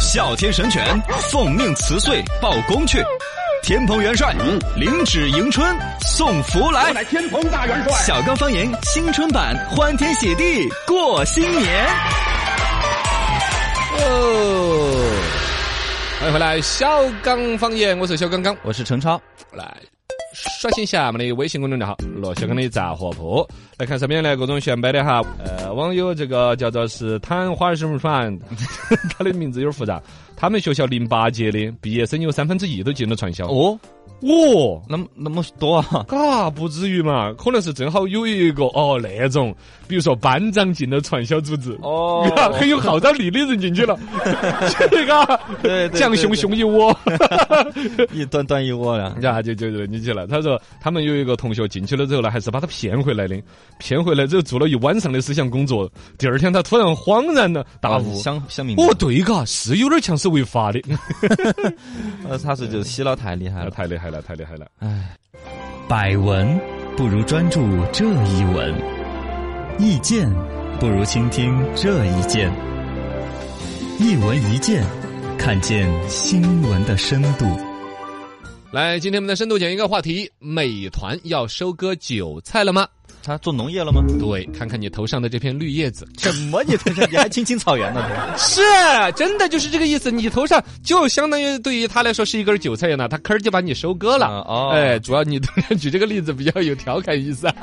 哮天神犬奉命辞岁报功去，天蓬元帅领旨迎春送福来。乃天蓬大元帅。小刚方言新春版，欢天喜地过新年。哦，欢迎回来，小刚方言，我是小刚刚。我是陈超，来，刷新一下我们的微信公众号“罗小刚的杂货铺”，来看上面呢各种选摆的哈。呃，网友这个叫做是昙花什么川， 他的名字有点复杂。他们学校零八届的毕业生有三分之一都进了传销。哦，哦，哦那么那么多啊？嘎不至于嘛，可能是正好有一个哦那种，比如说班长进了传销组织。哦很有号召力的人进去 了，这个对对对将熊熊一窝， 一端端一窝了。呀，就就就进去了。他说他们有一个同学进去了之后呢，还是把他骗回来的，骗回来之后做了一晚上的思想工作。第二天他突然恍然呢大悟，想想明白，哦对嘎，是有点像是违法的， 哎呃，他是就洗脑太厉害了。太厉害了，太厉害了。百闻不如专注这一闻，意见不如倾听这一见。一闻一见，看见新闻的深度。来，今天我们的深度讲一个话题：美团要收割韭菜了吗？他做农业了吗？对，看看你头上的这片绿叶子。什么？你这是你还青青草 原呢？是，啊真的就是这个意思。你头上就相当于对于他来说是一根韭菜呢，他坑儿就把你收割了。啊哦哎，主要你 举这个例子比较有调侃意思啊。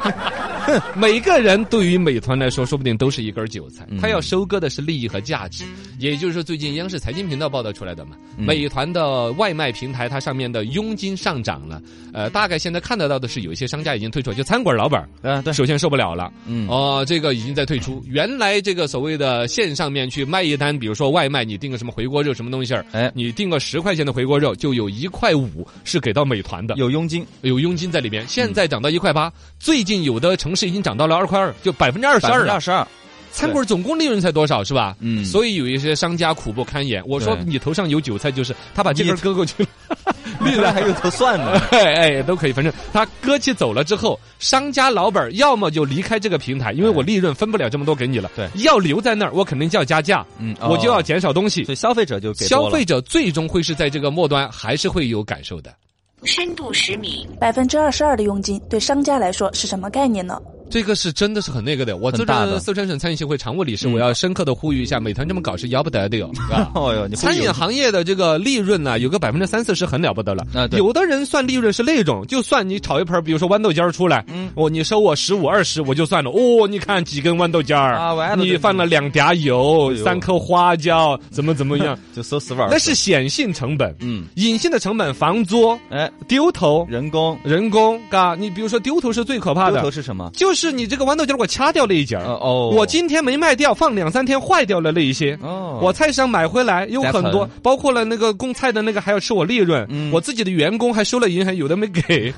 每个人对于美团来说，说不定都是一根韭菜，嗯他要收割的是利益和价值。也就是说，最近央视财经频道报道出来的嘛，嗯美团的外卖平台它上面的佣金上涨了。呃，大概现在看得到的是，有一些商家已经退出了，就餐馆老板儿对啊，对，首先受不了了，嗯嗯，哦，这个已经在退出。原来这个所谓的线上面去卖一单，比如说外卖，你订个什么回锅肉什么东西儿，哎哎，你订个十块钱的回锅肉，就有一块五是给到美团的，有有佣金，有佣金在里边。现在涨到一块八，最近有的城市已经涨到了二块二，就百分之二十二啊了二。十二， 餐馆总共利润才多少是吧？嗯嗯，所以有一些商家苦不堪言。我说对你头上有韭菜，就是他把这根你割过 去了，利润还有头算呢。 哎哎，都可以，反正他割起走了之后，商家老板儿要么就离开这个平台，因为我利润分不了这么多给你了，对要留在那儿，我肯定就要加价，嗯我就要，减少东西所。以消费者就给消多了费者最终会是在这个末端还是会有感受的。深度十米，百分之二十二的佣金对商家来说是什么概念呢？这个是真的是很那个的，我很作大的嗯为四川省餐饮协会常务理事，我要深刻的呼吁一下，美团这么搞是要不得的哟。是吧哦哟，你嗯餐会饮有啊行业的这个利润呢、有个百分之三四十很了不得了。啊对有的人算利润是那种，就算你炒一盆儿，比如说豌豆尖儿出来，嗯哦，你收我十五二十，我就算了。哦，你看几根豌豆尖儿啊完了你放了两嗲油哎，呦三颗花椒，怎么怎么 样？就收十万儿，那是显性成本，嗯，隐性的成本，房租、哎，丢头、人工人工，嘎，你比如说丢头是最可怕丢头的，是什么？就是你这个豌豆尖儿我掐掉那一截儿呃，哦，我今天没卖掉，放两三天坏掉了那一些，哦，我菜市场买回来有很再多囤，包括了那个供菜的那个还要吃我利润，嗯我自己的员工还收了银行，有的 没给。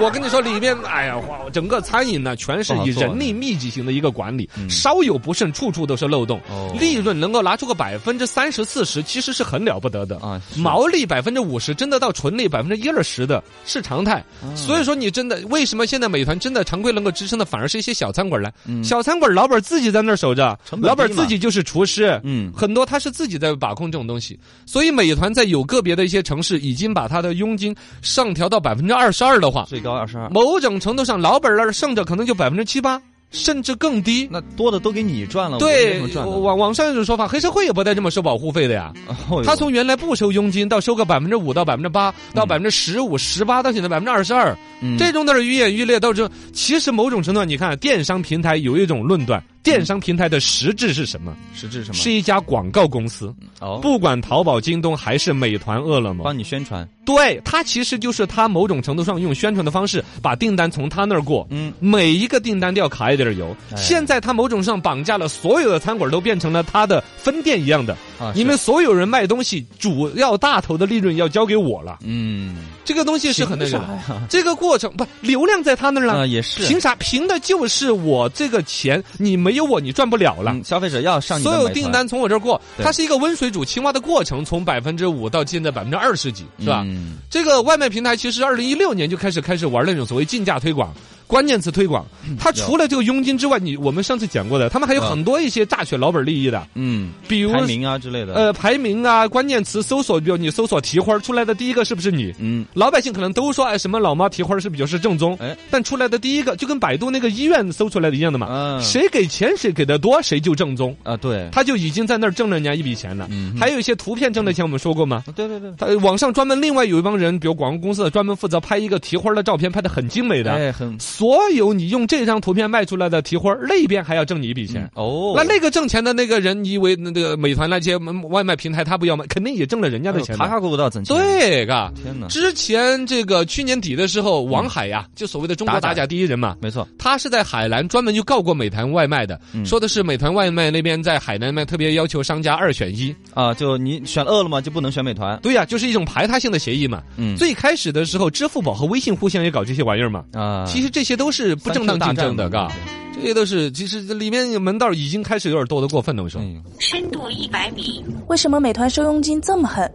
我跟你说，里面哎呀，哇，整个餐饮呢全是不好以做人力密集型的一个管理，稍有不慎，处处都是漏洞。嗯哦利润能够拿出个百分之三十四十，其实是很了不得的啊是毛利百分之五十，真的到纯利百分之一二十的是常态。啊所以说，你真的为什么现在美团真的常规能够支撑的，反而是一些小餐馆来？小餐馆老板自己在那儿守着嗯成，本老板低嘛自己就是厨师，嗯很多他是自己在把控这种东西。所以美团在有个别的一些城市已经把它的佣金上调到百分之二十二的话，最高二十二，某种程度上老板那儿剩着可能就百分之七八，甚至更低。那多的都给你赚了，我对没什么，赚的网网上有一种说法，黑社会也不带这么收保护费的呀。哦哟他从原来不收佣金，到收个百分之五到百分之八，到百分之十五、十八，到现在百分之二十二，嗯这种都是愈演愈烈。到这，其实某种程度上，你看电商平台有一种论断，电商平台的实质是什么？实质什么？是一家广告公司，哦，不管淘宝、京东还是美团、饿了么，帮你宣传，对它其实就是它某种程度上用宣传的方式把订单从它那儿过。嗯，每一个订单都要卡一点儿油。哎现在它某种上绑架了所有的餐馆，都变成了它的分店一样的。啊你们，所有人卖东西，主要大头的利润要交给我了。是嗯，这个东西是很那凭个啥的，呀？这个过程不流量在他那儿啊，了。也是，凭啥？凭的就是我这个钱，你没有我，你赚不了了。嗯消费者要上你的所有美团订单从我这儿过，对它是一个温水煮青蛙的过程，从百分之五到现在百分之二十几，是吧？嗯这个外卖平台其实二零一六年就开始开始玩那种所谓竞价推广，关键词推广。它除了这个佣金之外，你我们上次讲过的，他们还有嗯很多一些榨取老本利益的，嗯，比如排名啊之类的，呃排名啊、关键词搜索，比如你搜索蹄花儿出来的第一个是不是你？嗯，老百姓可能都说哎什么老妈蹄花儿是不是就是正宗？哎但出来的第一个就跟百度那个医院搜出来的一样的嘛，嗯谁给钱谁给的多谁就正宗，啊，对，他就已经在那儿挣了人家一笔钱了。嗯还有一些图片挣的钱，我们说过吗？对对对，他网上专门另外有一帮人，比如广告公司的，专门负责拍一个蹄花儿的照片，拍的很精美的。哎，很所有你用这张图片卖出来的蹄花儿，那边还要挣你一笔钱。哦，那那个挣钱的那个人，你以为那个美团那些外卖平台他不要吗？肯定也挣了人家的钱的。卡卡过到整钱，，对，嘎。天哪，之前这个去年底的时候，王海呀、就所谓的中国打假打假第一人嘛，没错，他是在海南专门就告过美团外卖的，嗯说的是美团外卖那边在海南卖特别要求商家二选一。啊，就你选饿了么就不能选美团，对呀、就是一种排他性的协议嘛。嗯最开始的时候，支付宝和微信互相也搞这些玩意儿嘛。啊，其实这些都是不正当竞争的，嘎，这些都是其实这里面门道已经开始有点多得过分了。我说，嗯，深度一百米，为什么美团收佣金这么狠？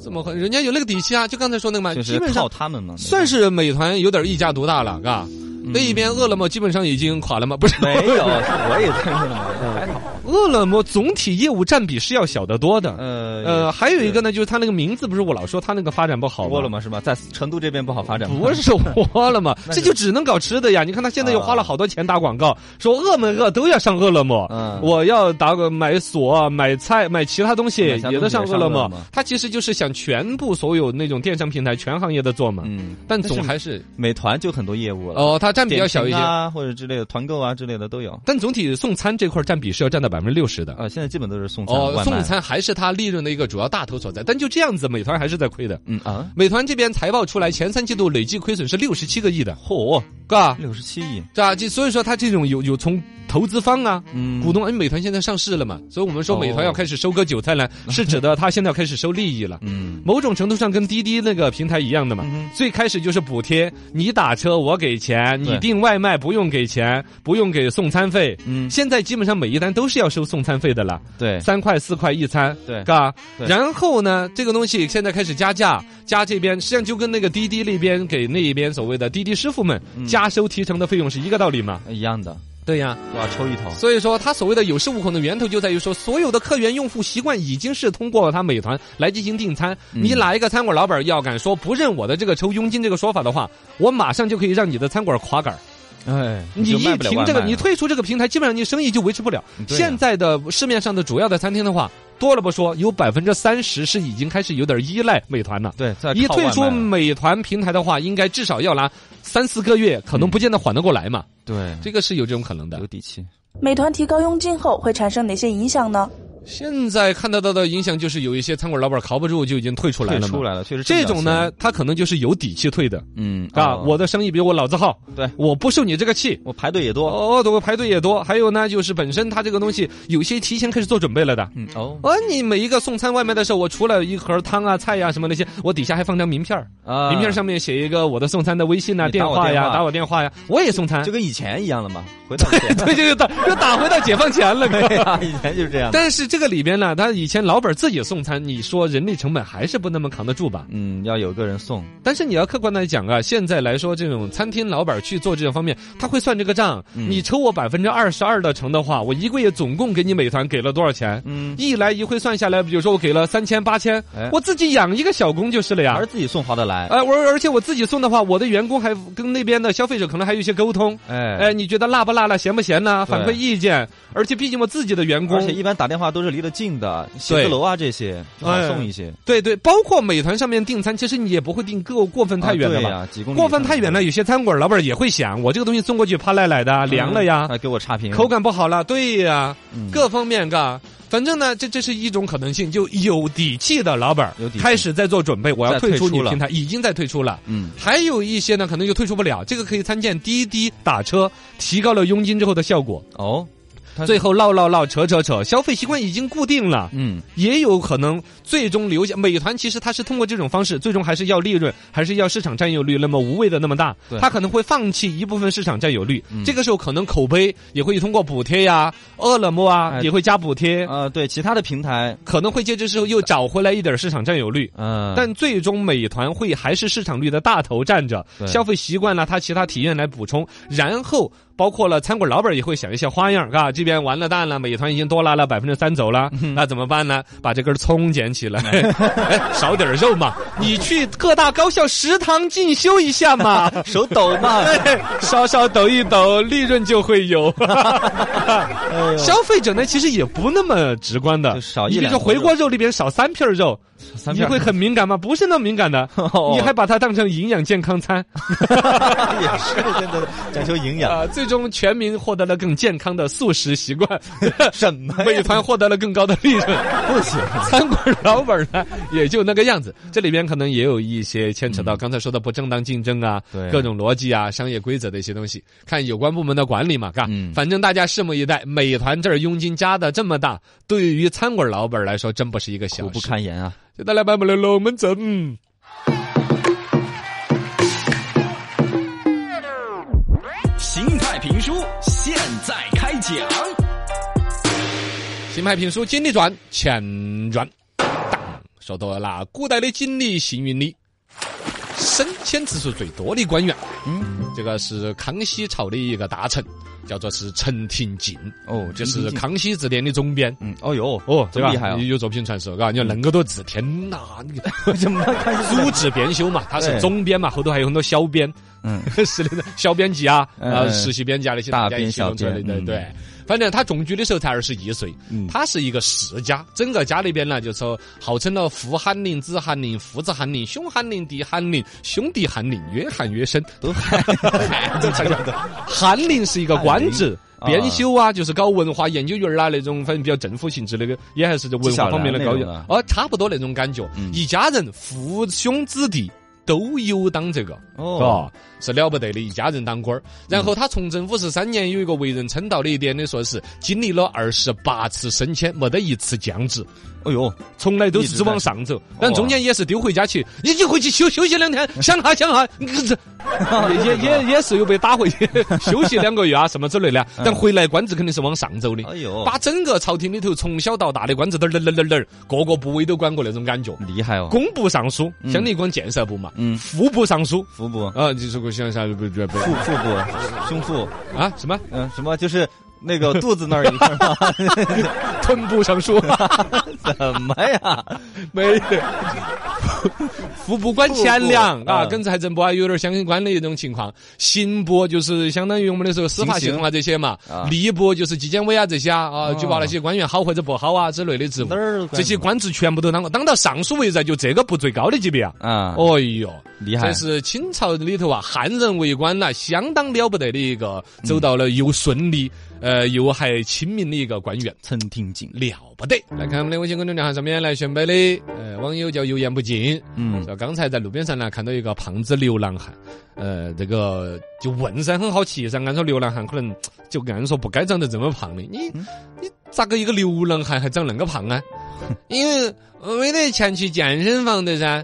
怎么会？人家有那个底气啊？就刚才说那个嘛，就基是本上靠他们嘛，算是美团有点一家独大了，嘎。那一边饿了么基本上已经垮了嘛，不是？嗯 没有，我也看见了，还好， 饿了么总体业务占比是要小得多的。呃呃，还有一个呢，就是它那个名字，不是我老说它那个发展不好吗窝了？吗？是吧？在成都这边不好发展，不是窝了吗？ 那啊这是就只能搞吃的呀！你看他现在又花了好多钱打广告，说饿没饿都要上饿了么嗯，我要打个买锁、啊买菜、买其他东西买其他东西也都上饿上了饿了么么。他其实就是想全部所有那种电商平台全行业的做嘛，嗯，但总还是美团就很多业务了，哦，它占比点要小一评些。啊，或者之类的团购啊之类的都有。但总体送餐这块占比是要占到百分之六十的。啊，现在基本都是送餐、哦，外卖送，餐还是它利润的一个主要大头所在。但就这样子，美团还是在亏的。嗯啊，美团这边财报出来，前三季度累计亏损是六十七个亿的，嚯、嘎，六十七亿，是吧？就所以说它这种有有从投资方啊。嗯哦股东，哎，美团现在上市了嘛，所以我们说美团要开始收割韭菜了，是 指的它现在要开始收利益了。嗯，某种程度上跟滴滴那个平台一样的嘛。嗯哼最开始就是补贴，你打车我给钱，对你订外卖不用给钱，不用给送餐费。嗯，现在基本上每一单都是要收送餐费的了，对，三块四块一餐，对嘎。对然后呢，这个东西现在开始加价，加这边实际上就跟那个滴滴那边给那一边所谓的滴滴师傅们嗯加收提成的费用是一个道理嘛？一样的，对呀。我要抽一头，所以说，他所谓的有恃无恐的源头就在于说，所有的客源用户习惯已经是通过他美团来进行订餐。嗯你哪一个餐馆老板要敢说不认我的这个抽佣金这个说法的话，我马上就可以让你的餐馆垮杆儿。哎，你就卖一不了停外这个，卖你了嗯退出这个平台，基本上你生意就维持不了。对啊呀现在的市面上的主要的餐厅的话，多了不说，有百分之三十是已经开始有点依赖美团了。对，再一靠退外出卖啊了美团平台的话，应该至少要拿三四个月，可能不见得缓得过来嘛。对，这个是有这种可能的嗯有。底气，美团提高佣金后会产生哪些影响呢？现在看得到的影响就是有一些餐馆老板扛不住就已经退出来退了嘛。出来了，确实挣这不了种呢钱，，他可能就是有底气退的嗯啊。哦我的生意比我老子好，对我不受你这个气。我排队也多，哦，对，我排队也多。还有呢，就是本身他这个东西有些提前开始做准备了的。嗯哦哦，你每一个送餐外卖的时候，我除了一盒汤啊、菜呀、什么那些，我底下还放张名片儿，啊名片上面写一个我的送餐的微信啊、你打电我话电呀、话打我电话呀，我也送餐就。跟以前一样了嘛，回到以前 对，这个打又打回到解放前 了，哥对呀，以前就是这样的，但是这个里边呢，他以前老板自己送餐，你说人力成本还是不那么扛得住吧？嗯，要有个人送，但是你要客观来讲啊，现在来说，这种餐厅老板去做这种方面，他会算这个账。嗯你抽我百分之二十二的成的话，我一个月总共给你美团给了多少钱？嗯，一来一回算下来，比如说我给了三千八千哎，我自己养一个小工就是了呀而。自己送划得来，哎，我而且我自己送的话，我的员工还跟那边的消费者可能还有一些沟通。哎哎，你觉得辣不辣了，咸不咸呢？对反馈意见，而且毕竟我自己的员工而且，一般打电话都是离得近的，写字楼啊这些，就好哎送一些。对对，包括美团上面订餐，其实你也不会订过过分太远的啊对吧？呀几公里过分太远了，有些餐馆老板也会想，我这个东西送过去怕赖赖的，嗯凉了呀，啊，给我差评，口感不好了，对呀，嗯各方面嘎。反正呢，这这是一种可能性，就有底气的老板有底气开始在做准备，我要在退退出你出了平台，已经在退出了。嗯，还有一些呢，可能就退出不了，这个可以参见滴滴打车提高了佣金之后的效果。哦，它最后闹闹闹扯扯扯，消费习惯已经固定了。嗯，也有可能最终留下美团，其实它是通过这种方式，最终还是要利润，还是要市场占有率那么无谓的那么大对，嗯它可能会放弃一部分市场占有率。这个时候可能口碑也会通过补贴呀、饿了么啊哎也会加补贴，呃，对，其他的平台，可能会借这时候又找回来一点市场占有率。嗯，但最终美团会还是市场率的大头站着对，消费习惯了，它其他体验来补充，然后包括了餐馆老板也会想一些花样，啊，这边完了蛋了，美团已经多拉了百分之三走了，嗯那怎么办呢？把这根葱捡起来，哎 少点肉嘛，你去各大高校食堂进修一下嘛， 手抖嘛，哎 稍稍抖一抖，利润就会有。 哎呦消费者呢，其实也不那么直观的，就少一你比如说两块回肉锅肉里边少三片肉，三你片儿会很敏感吗？不是那么敏感的 哦，你还把它当成营养健康餐 也是真的讲究营养，啊！最终全民获得了更健康的素食习惯， 什么呀美团获得了更高的利润，不行，餐馆老板呢也就那个样子。这里边可能也有一些牵扯到刚才说的不正当竞争啊对，各种逻辑啊、商业规则的一些东西，看有关部门的管理嘛，嘎嗯。反正大家拭目以待。美团这儿佣金加的这么大，对于餐馆老板来说，真不是一个小苦不事。堪言啊！就大家摆不了龙门阵。嗯形态评书现在开讲。新派评书《锦鲤传》前传，当说到那古代的锦鲤幸运里升迁次数最多的官员，嗯，这个是康熙朝的一个大臣，叫做是陈廷敬，哦，就这是，康熙字典的总编。嗯，哦呦，哦，这对么吧？厉害啊！有作品传说，嘎，你看恁个多字，天哪！你怎么看是组织编修嘛，他是对总编嘛，后头还有很多小编， 嗯，是的，小编辑啊，嗯啊，实习编辑啊那些大大家一编起小弄出来的，编对嗯对。反正他中举的时候才二十一岁嗯，他是一个世家，整个家里边呢，就说号称了父翰林、子翰林、父子翰林、兄翰林、弟翰林、兄弟翰林，越翰越深，都还 这才叫 翰林是一个官职。翰林啊编修啊，就是搞文化研究院儿啊啦那种，反正比较政府性质那个，也还是这文化方面的高纪研晓岚那种的，哦，差不多那种感觉。一家人父兄子弟都有当这个，哦哦，是了不得的一家人当官儿。然后他从政五十三年，有一个为人称道的一点呢，说是经历了二十八次升迁，没得一次降职，哦呦，从来都是只往上走。但中间也是丢回家去，你就回去休休息两天，想哈想哈，你这也也也也是又被打回去休息两个月啊什么之类的。但回来官职肯定是往上走的。哎呦，把整个朝廷里头从小到大的官职，嘚儿嘚儿嘚儿嘚儿，各个部位都管过那种感觉。厉害哦，工部尚书相当于管建设部嘛，嗯副部尚书腹部、啊，就是我想想不不不腹腹部、胸腹，啊，什么嗯，什么就是那个肚子那儿一块儿 吗？臀部 尚书怎么呀？没得。副部管钱粮副部啊，嗯跟财政部啊有点相关的一种情况。刑部就是相当于我们那时候司法系统啊这些嘛啊，吏部就是纪检委啊这些啊，啊哦就把那些官员好或者不好啊之类的职务哪儿管，这些官职全部都当过，当到尚书为在，就这个部最高的级别啊。啊，哎呦，厉害这是清朝里头啊，汉人为官呐、相当了不得的一个，走到了又顺利，呃，又还亲民的一个官员。陈廷敬，了不得。来看我们的微信公众账号上面来选摆的，呃，网友叫油盐不进，嗯，说刚才在路边上呢看到一个胖子流浪汉，呃，这个就问噻，很好奇噻，按说流浪汉可能就按说不该长得这么胖的，你你咋个一个流浪汉还长恁个胖 啊？因为我没得钱去健身房的噻，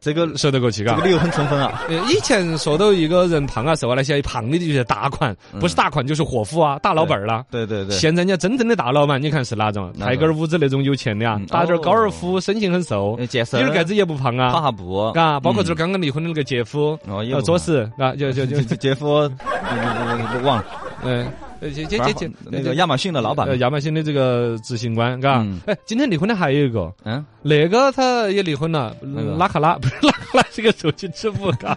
这个说得过去这嘎个。六分成分啊，呃以前说到一个人胖啊瘦啊那些，胖的就是大款，不是大款就是伙夫啊，大老板儿啦。对对对，现在人家真正的大老板，你看是哪种？哪种泰戈尔伍兹那种有钱的啊嗯，打点高尔夫，身形很瘦，哎健身比尔盖茨也不胖帕啊，哈布，嘎，包括嗯这儿刚刚离婚的那个杰夫，哦也不呃，胖佐斯，啊，就就就就，就杰夫，不不不不忘了，嗯，呃杰杰反杰正杰那个亚马逊的老板呃，亚马逊的这个执行官，嘎嗯，哎，今天离婚的还有一个，嗯，那个他也离婚了，个拉卡拉不是拉卡拉是个手机支付， 嘎，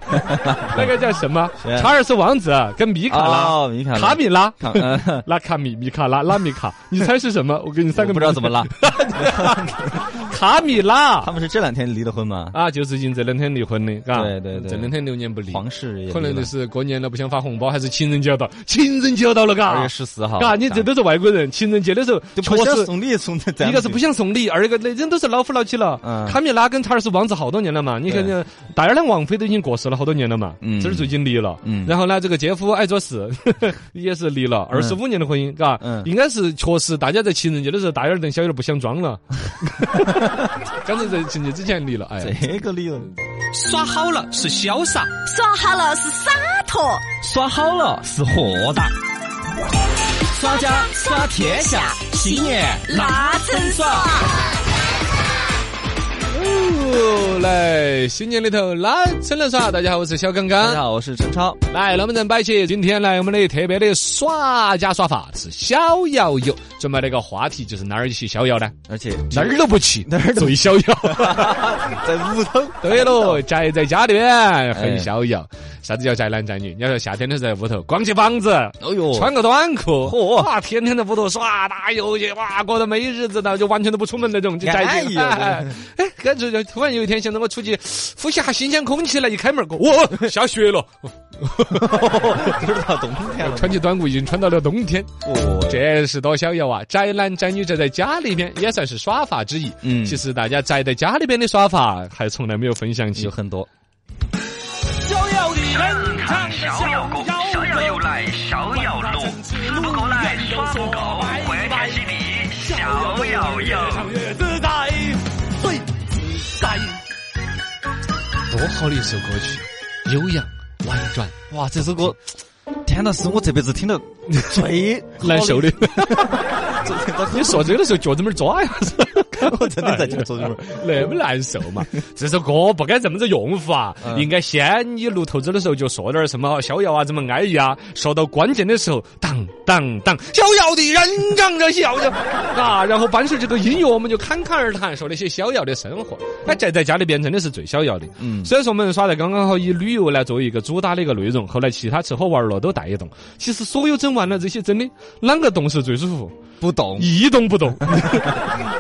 那个叫什么谁？查尔斯王子跟米卡拉、哦，米卡卡拉，米拉、 卡，嗯拉卡米米卡拉拉 米卡，你猜是什么？我给你三我个，不知道怎么。拉，卡米拉他们是这两天离的婚 吗？啊，就最近这两天离婚的，嘎，对对对这两天流年不离。皇室也离可能了就。是过年了不想发红包，还是情人节要到，情人节要到了，嘎，啊二月十四号。嘎，你这都是外国人，情人节的时候就确不想实。送礼送的，一个是不想送礼，二一个那人都是老夫老妻了。嗯卡米拉跟查尔斯王子好多年了嘛，你看对看戴尔的王妃都已经过世了好多年了嘛，嗯这是最近离了。嗯然后呢，这个杰夫爱做事 也是离了二十五年的婚姻，嘎，嗯应该是确实大家在情人节的时候，大眼瞪小眼不想装 了，刚才在情人节之前离了，哎，这个理由，耍好了是潇洒，耍好了是洒脱，耍好了是豁达，耍家耍天下，新年那真爽。哦，来新年里头哪成了耍？大家好，我是小刚大刚家。好，我是陈超。来，能不能摆起？今天来我们的特别的耍家耍法是逍遥游，准备那个话题就是哪儿去逍遥呢？而且哪儿都不去，哪儿都最逍遥。在屋头，对喽， 宅在家里面哎很逍遥。啥子叫宅男宅女？你要说夏天的时候在屋头光起膀子，哎呦，穿个短裤，嚯哇，天天在屋头耍打游戏，哇，过得没日子的，就完全都不出门那种，就宅安逸进。了哎， 哎哎这就突然有一天想到我出去呼吸下新鲜空气了，一开门， 哇，下雪了，知道冬天了。穿起短裤已经穿到了冬天。哦，这是多逍遥啊！宅男宅女宅在家里面也算是耍法之一。嗯嗯，其实大家宅在家里边的耍法还从来没有分享起有。很多。逍遥公，逍遥又来逍遥路，吃不够来耍不够，关键是你逍遥游。多好的一首歌曲，悠扬婉转，哇，这首歌，天呐，是我这辈子听到 最难受的。的你说这个的时候脚趾拇儿抓 一下子，我真的在听说这种。 那么难受嘛？这首歌不该这么子用法，应该先你录头子的时候就说点儿什么逍遥啊，怎么安逸啊，说到关键的时候，当当当，逍遥的人仗着逍遥啊，然后伴随这个音乐，我们就侃侃而谈，说那些逍遥的生活。哎，宅在家里边真的是最逍遥的。嗯虽然说我们耍的刚刚好以旅游来作为一个主打的一个内容，后来其他吃喝玩乐都带一动。其实所有整完了这些，真的啷个动是最舒服？不懂，一动不动。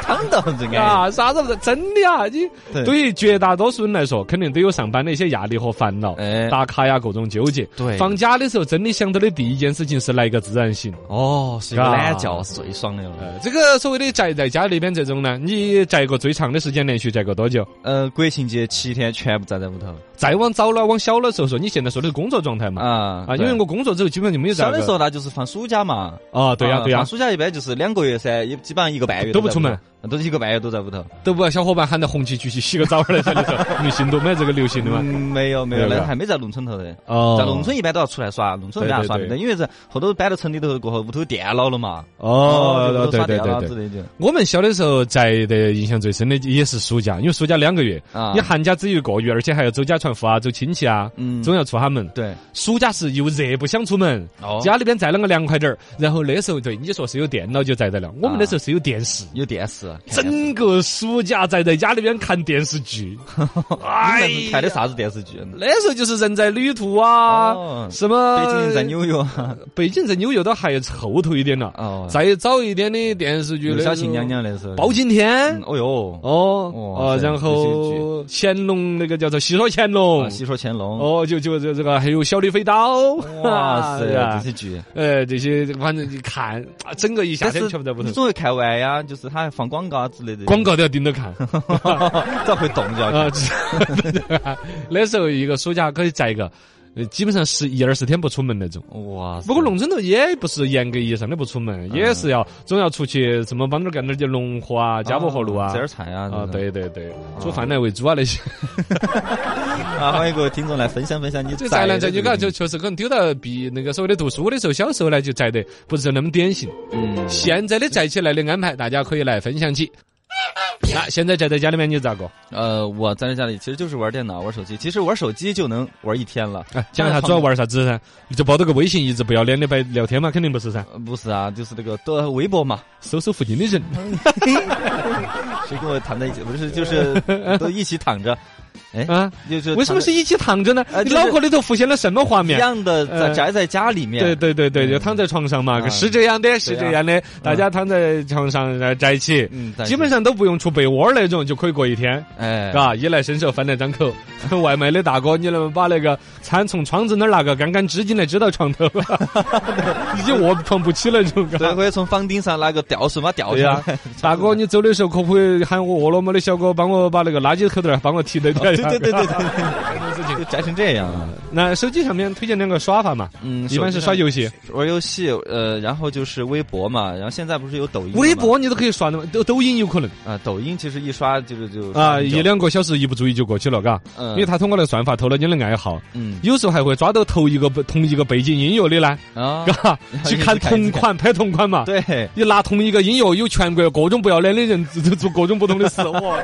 躺到这 个。啊，啥子不是真的啊？你哎对对于绝大多数人来说，肯定都有上班的一些压力和烦恼，哎打卡呀，各种纠结。对放假的时候，真的想到的第一件事情是来个自然醒。哦，睡个懒觉是最爽的了。啊呃，这个所谓的宅在家里边这种呢，你宅过最长的时间连续宅过多久？呃，国庆节七天全部站在屋头再往早了，往小了时候说，你现在说的是工作状态嘛？啊啊，因为对我工作之后基本就没有宅小过。的时候那就是放暑假嘛，啊，对呀、啊对呀、放暑假一般就是两个月噻，也基本上一个半月都不在出屋头啊门，都是一个半月都在屋头。都不把小伙伴喊到红旗举起洗个澡儿来，晓 得说流行都买这个流行的嗯，嘛？没有没没有，有那吧还没在农村头的。哦在农村一般都要出来耍，农村人家对对耍的，对因为是后头搬到城里头过后，屋头电脑了嘛。就屋哦头，对耍对电对脑对之。类的。我们小的时候宅的印象最深的也是暑假，因为暑假两个月，啊你寒假只有一个月，而且还要走家传户啊，走亲戚啊，嗯总要出下门。对，暑假是又热不想出门，哦家里边再啷个凉快点儿，然后那时候对你说是有电脑就宅得了，我们那时候是有电视。有电视，啊看电视整个暑假宅在家里边看电视剧，你哎那是呀看的啥子电视剧？那时候就是人在旅途啊，哦什么北京在纽约啊，北京人纽约都还后头一点了，哦再早一点的电视剧刘那晓时庆候娘娘那时候，包青天，嗯，哦哟，哦哇哦，塞然后乾隆那个叫做《戏说乾隆啊，》，戏说乾隆，哦，就就这这个还有《小李飞刀》，哦哎哇塞，对吧这些剧。呃，这些反正一看，啊整个一夏但天是全部在屋你头，总会看完呀，就是他还放广告啊呃之类的。 广告都要盯着看只要会动就要看。啊。 那时候一个暑假可以在一个，呃基本上十一二十天不出门那种。哇塞，不过农村头也不是严格意义上的不出门，嗯也是要总要出去什么帮点儿干点儿去农活啊、家务活路啊摘。点儿菜啊啊，这种对对对，煮饭来喂猪啊那些。啊，欢迎各位听众来分享分享你这宅男的宅这女，个嘎，就确实可能丢到比那个所谓的读书的时候，小时候呢就宅得不是那么典型。嗯，现在的宅起来的安排，大家可以来分享起。那现在宅在家里面你咋过？呃，我在家里其实就是玩电脑、玩手机，其实玩手机就能玩一天了。哎，讲一下主要玩啥子噻？你就抱着个微信一直不要脸的摆聊天嘛，肯定不是噻。呃不是啊，就是那个的微博嘛，搜搜附近的人，谁跟我躺在一起？不是，就是都一起躺着。哎啊，就是为什么是一起躺着呢？呃你就是脑壳里头浮现了什么画一面？样的在呃宅在家里面？对对对对，就躺在床上嘛，啊是这样的，是这样的，大家躺在床上呃在一起嗯在，一起基本上都不用出被窝儿那种就可以过一天。哎，嘎，衣来伸手，饭来张口。外卖的大哥，你能不能把那个餐从窗子那儿拿个干干织巾来织到床头？ 已经卧床不起那种。嘎对，会从房顶上拿个吊绳把它吊对下呀来。，大哥，你走的时候可不可以喊我饿了么的小哥帮我把那个垃圾口袋儿帮我提得掉？对哦对对对事对，情就宅成这样啊。 那手机上面推荐两个耍法嘛，嗯，一般是手机上耍游戏，玩游戏，呃，然后就是微博嘛，然后现在不是有抖音了吗，微博你都可以耍的嘛，抖抖音有可能啊，抖音其实一刷就是就啊，一两两个小时一不注意就过去了，嘎。嗯因为他通过那个算法偷了你的爱好，嗯有时候还会抓到头一个背同一个背景音乐的呢，啊，嘎，去看同款拍同款嘛。对，你拿同一个音乐，有全国各种不要脸的人做做各种不同的事，我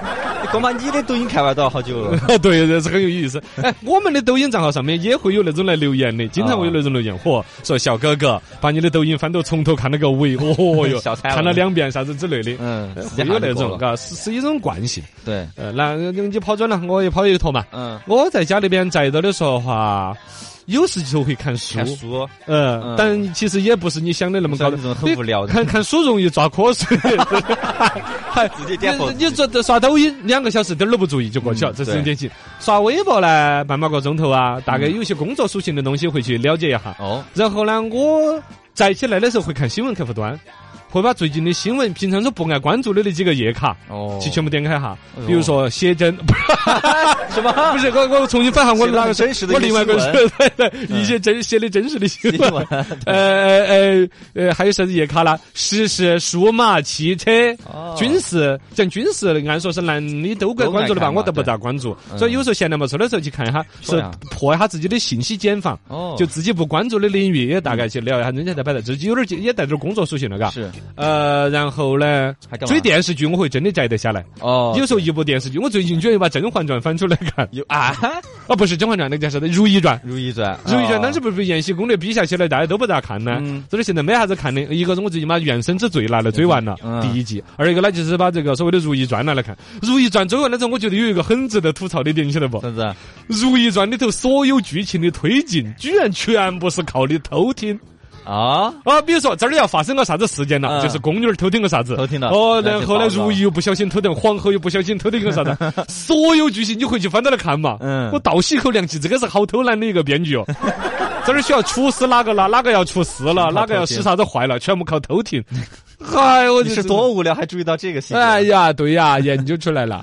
光把你的抖音看完都要好久了。对，这是很有意思。哎，我们的抖音账号上面也会有那种来留言的，经常会有那种留言，嚯，说小哥哥把你的抖音翻到从头看了个尾，哦哟，小菜了看了两遍啥子之类的， 嗯，时会间有还那是够种，了嘎，是是一种惯性。对，呃，那你跑转了，我也跑一坨嘛。嗯，我在家里边宅着的时候哈，有时就会看书，看书，嗯嗯，但其实也不是你想的那么高像的那，种很无聊的看看书容易抓瞌 睡，还直接点火你你刷刷抖音两个小时，点儿都不注意就过去了，嗯这是对很典型。刷微博呢，半把个钟头啊，大概有些工作属性的东西会去了解一下。哦，然后呢，我宅起来的时候会看新闻客户端，会把最近的新闻，平常都不爱关注的那几个页卡。哦去全部点开哈哎呦，比如说写真， 什么？不是我我重新翻下我写了那很个真实的一我个另外一个新 嗯对对一些真写的真实的新新闻闻， 呃呃呃呃，还有啥子页卡啦？时事、数码、汽车哦、军事，讲军事，按说是男的都该关注的吧，都爱看嘛嗯我都不咋关注，所以有时候闲来没事的时候去看一下，说是呀破一下自己的信息茧房。哦，嗯就自己不关注的领域，也大概去聊一下，人家在摆的，自己有点儿也带点儿工作属性了，嘎。是呃，然后呢还干，嘛追电视剧我会真的宅得下来。哦，有时候一部电视剧，我最近居然又把《甄嬛传》翻出来看，有啊，啊，不是《甄嬛传》，那个叫啥子《如懿传》。 《如懿传》， 《如懿传》当哦时不是被《延禧攻略》比下去了，大家都不咋看呢嗯。所以现在没啥子看的。一个是我最近把《原生之罪》拿来追完了嗯第一季，二一个呢就是把这个所谓的《如懿传》拿来看。《如懿传》追完了之后，我觉得有一个很值得吐槽的点，你晓得不？《啥子？如懿传》里头所有剧情的推进，居然全部是靠你偷听。啊，啊，比如说这儿要发生个啥子事件了，嗯就是宫女儿偷听个啥子，偷听了哦，那然就后呢，爆了如懿又不小心偷听，皇后又不小心偷听个啥子， 所有剧情你回去翻到来看嘛。嗯我倒吸一口凉气，这个是好偷懒的一个编 剧哦。这儿需要出事哪个了，哪个要出事了，哪个要使啥子坏了，全部靠偷听。哎，我你就是哎多无聊，还注意到这个细节？哎呀，对呀，研究出来了。